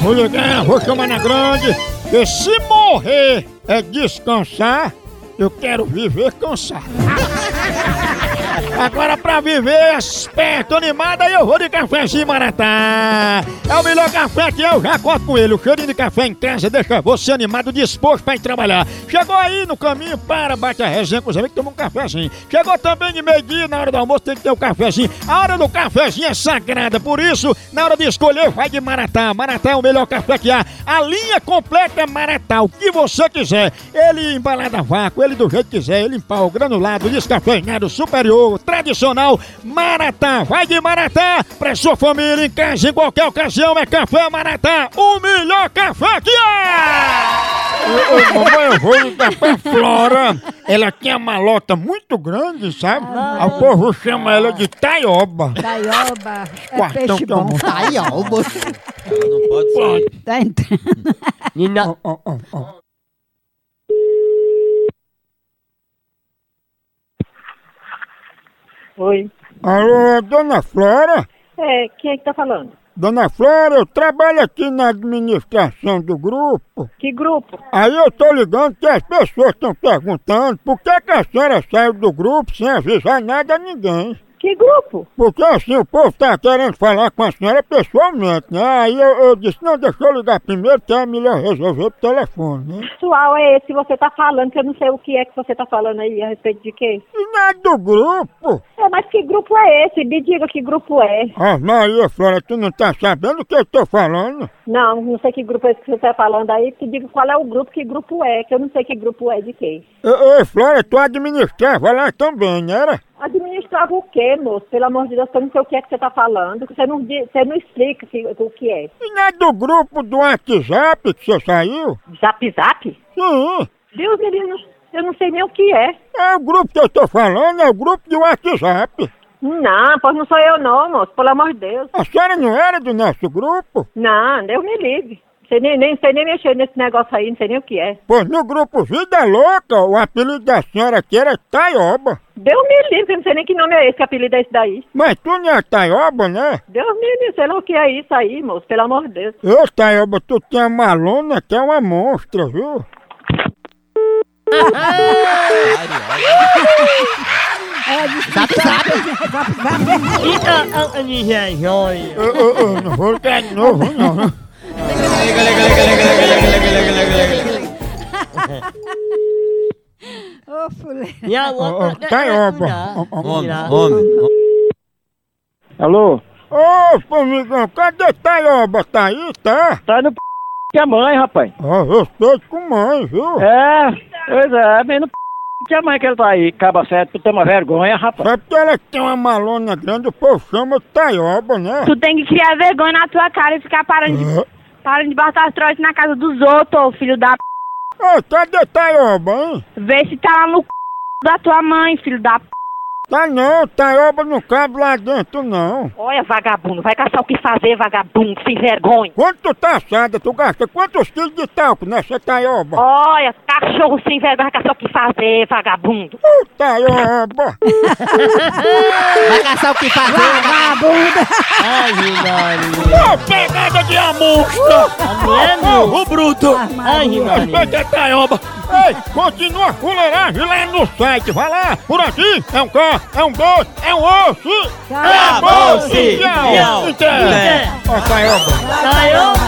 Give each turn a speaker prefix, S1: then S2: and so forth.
S1: Vou ligar, vou chamar é na grande. E se morrer é descansar, eu quero viver cansado. Agora pra viver esperto, animada, eu vou de cafezinho Maratá. É o melhor café que eu já corto com ele. O cheirinho de café em casa deixa você animado, disposto pra ir trabalhar. Chegou aí no caminho, para, bate a resenha com os amigos, toma um cafezinho. Chegou também de meio-dia, na hora do almoço tem que ter o cafezinho. A hora do cafezinho é sagrada, por isso, na hora de escolher, vai de Maratá. Maratá é o melhor café que há. A linha completa é Maratá, o que você quiser. Ele embalado a vácuo, ele do jeito que quiser, ele em pau, granulado, descafeinado, superior, tradicional. Maratá, vai de Maratá pra sua família em casa, em qualquer ocasião, é Café Maratá, o melhor café que é! Ô, ô, mamãe, eu vou ligar pra Flora. Ela tem uma malota muito grande, sabe? Aí O povo chama ela de taioba.
S2: Taioba é
S1: Quartão
S2: peixe
S1: que é um
S2: bom.
S1: monte.
S3: Taioba.
S4: Não pode ser.
S2: Tá entrando.
S3: Nina.
S1: Ó, ó, ó.
S5: Oi.
S1: Alô, dona Flora?
S5: É, quem é que tá falando?
S1: Dona Flora, eu trabalho aqui na administração do grupo.
S5: Que grupo?
S1: Aí eu tô ligando que as pessoas estão perguntando por que, que a senhora saiu do grupo sem avisar nada a ninguém.
S5: Que grupo?
S1: Porque assim, o povo tá querendo falar com a senhora pessoalmente, né? Aí eu, eu disse, não, deixa eu ligar primeiro, que é melhor resolver por telefone, né?
S5: Pessoal, é esse que você tá falando, que eu não sei o que é que você tá falando aí, a respeito de quê?
S1: E nada do grupo.
S5: É, mas que grupo é esse? Me diga que grupo é.
S1: Ah, Maria Flora, tu não tá sabendo o que eu tô falando?
S5: Não, não sei que grupo é esse que você tá falando aí, que diga qual é o grupo, que grupo é, que eu não sei que grupo é de quê.
S1: Ei, ei, Flora, tu administrava lá também, não era?
S5: Administrava o quê, moço? Pelo amor de Deus, que eu não sei o que é que você tá falando, que você não, di- você não explica que- o que é.
S1: E nada do grupo do WhatsApp que você saiu?
S5: Zap zap?
S1: Sim.
S5: Deus, menino, eu não sei nem o que é.
S1: É o grupo que eu tô falando, é o grupo de WhatsApp.
S5: Não, pois não sou eu não, moço, pelo amor de Deus.
S1: A senhora não era do nosso grupo?
S5: Não, Deus me livre. Sei nem, nem, sei nem mexer nesse negócio aí, não sei nem o que é.
S1: Pois no grupo Vida Louca, o apelido da senhora aqui era Taioba.
S5: Deus me livre, que eu não sei nem que nome é esse, que apelido é esse daí.
S1: Mas tu não é Taioba, né?
S5: Deus me livre, sei lá o que é isso aí, moço, pelo amor de Deus.
S1: Eu, Taioba, tu tem uma aluna que é uma monstra, viu?
S3: Sabe, sabe?
S1: Eu, eu, eu não vou ligar de novo, não. né?
S4: Liga, liga, liga, liga, liga, liga, liga, liga, liga, liga, liga.
S2: Ô, fulano.
S1: Ô, ô, Taioba. Ô, ô,
S4: Homem, homem. homem.
S6: Alô?
S1: Ô, formigão, cadê Taioba? Tá aí, tá?
S6: Tá no p que a mãe, rapaz.
S1: Ó, respeito com mãe, viu?
S6: É, pois é, bem no p que a mãe que ele tá aí, caba certo, tu toma vergonha, rapaz.
S1: Só É porque ela tem uma malona grande, o povo chama de Taioba, né?
S7: Tu tem que criar vergonha na tua cara e ficar parando de,
S1: É.
S7: parando de botar as troças na casa dos outros, ô filho da p.
S1: Ô, cadê Taioba, hein?
S7: Vê se tá lá no c... da tua mãe, filho da p.
S1: Tá não, Taioba não cabe lá dentro, não.
S7: Olha, vagabundo, vai caçar o que fazer, vagabundo, sem vergonha.
S1: Quando tu tá assada, tu gasta quantos quilos de talco nessa taioba?
S7: Olha, cachorro sem vergonha, vai caçar o que fazer, vagabundo.
S1: Ô, taioba!
S3: Vai caçar o que né? fazer.
S1: Ô, pegada de amostra! Amendo!
S4: Ô, bruto! Ai,
S1: Respeita a taioba! Ei, continua a fuleiragem lá no site, vai lá! Por aqui é um K, é um B, é um osso! Acabou-se!
S2: Acabou-se!
S1: Tchau!
S4: Tchau!
S1: Então, Ó, taioba!
S2: Taioba.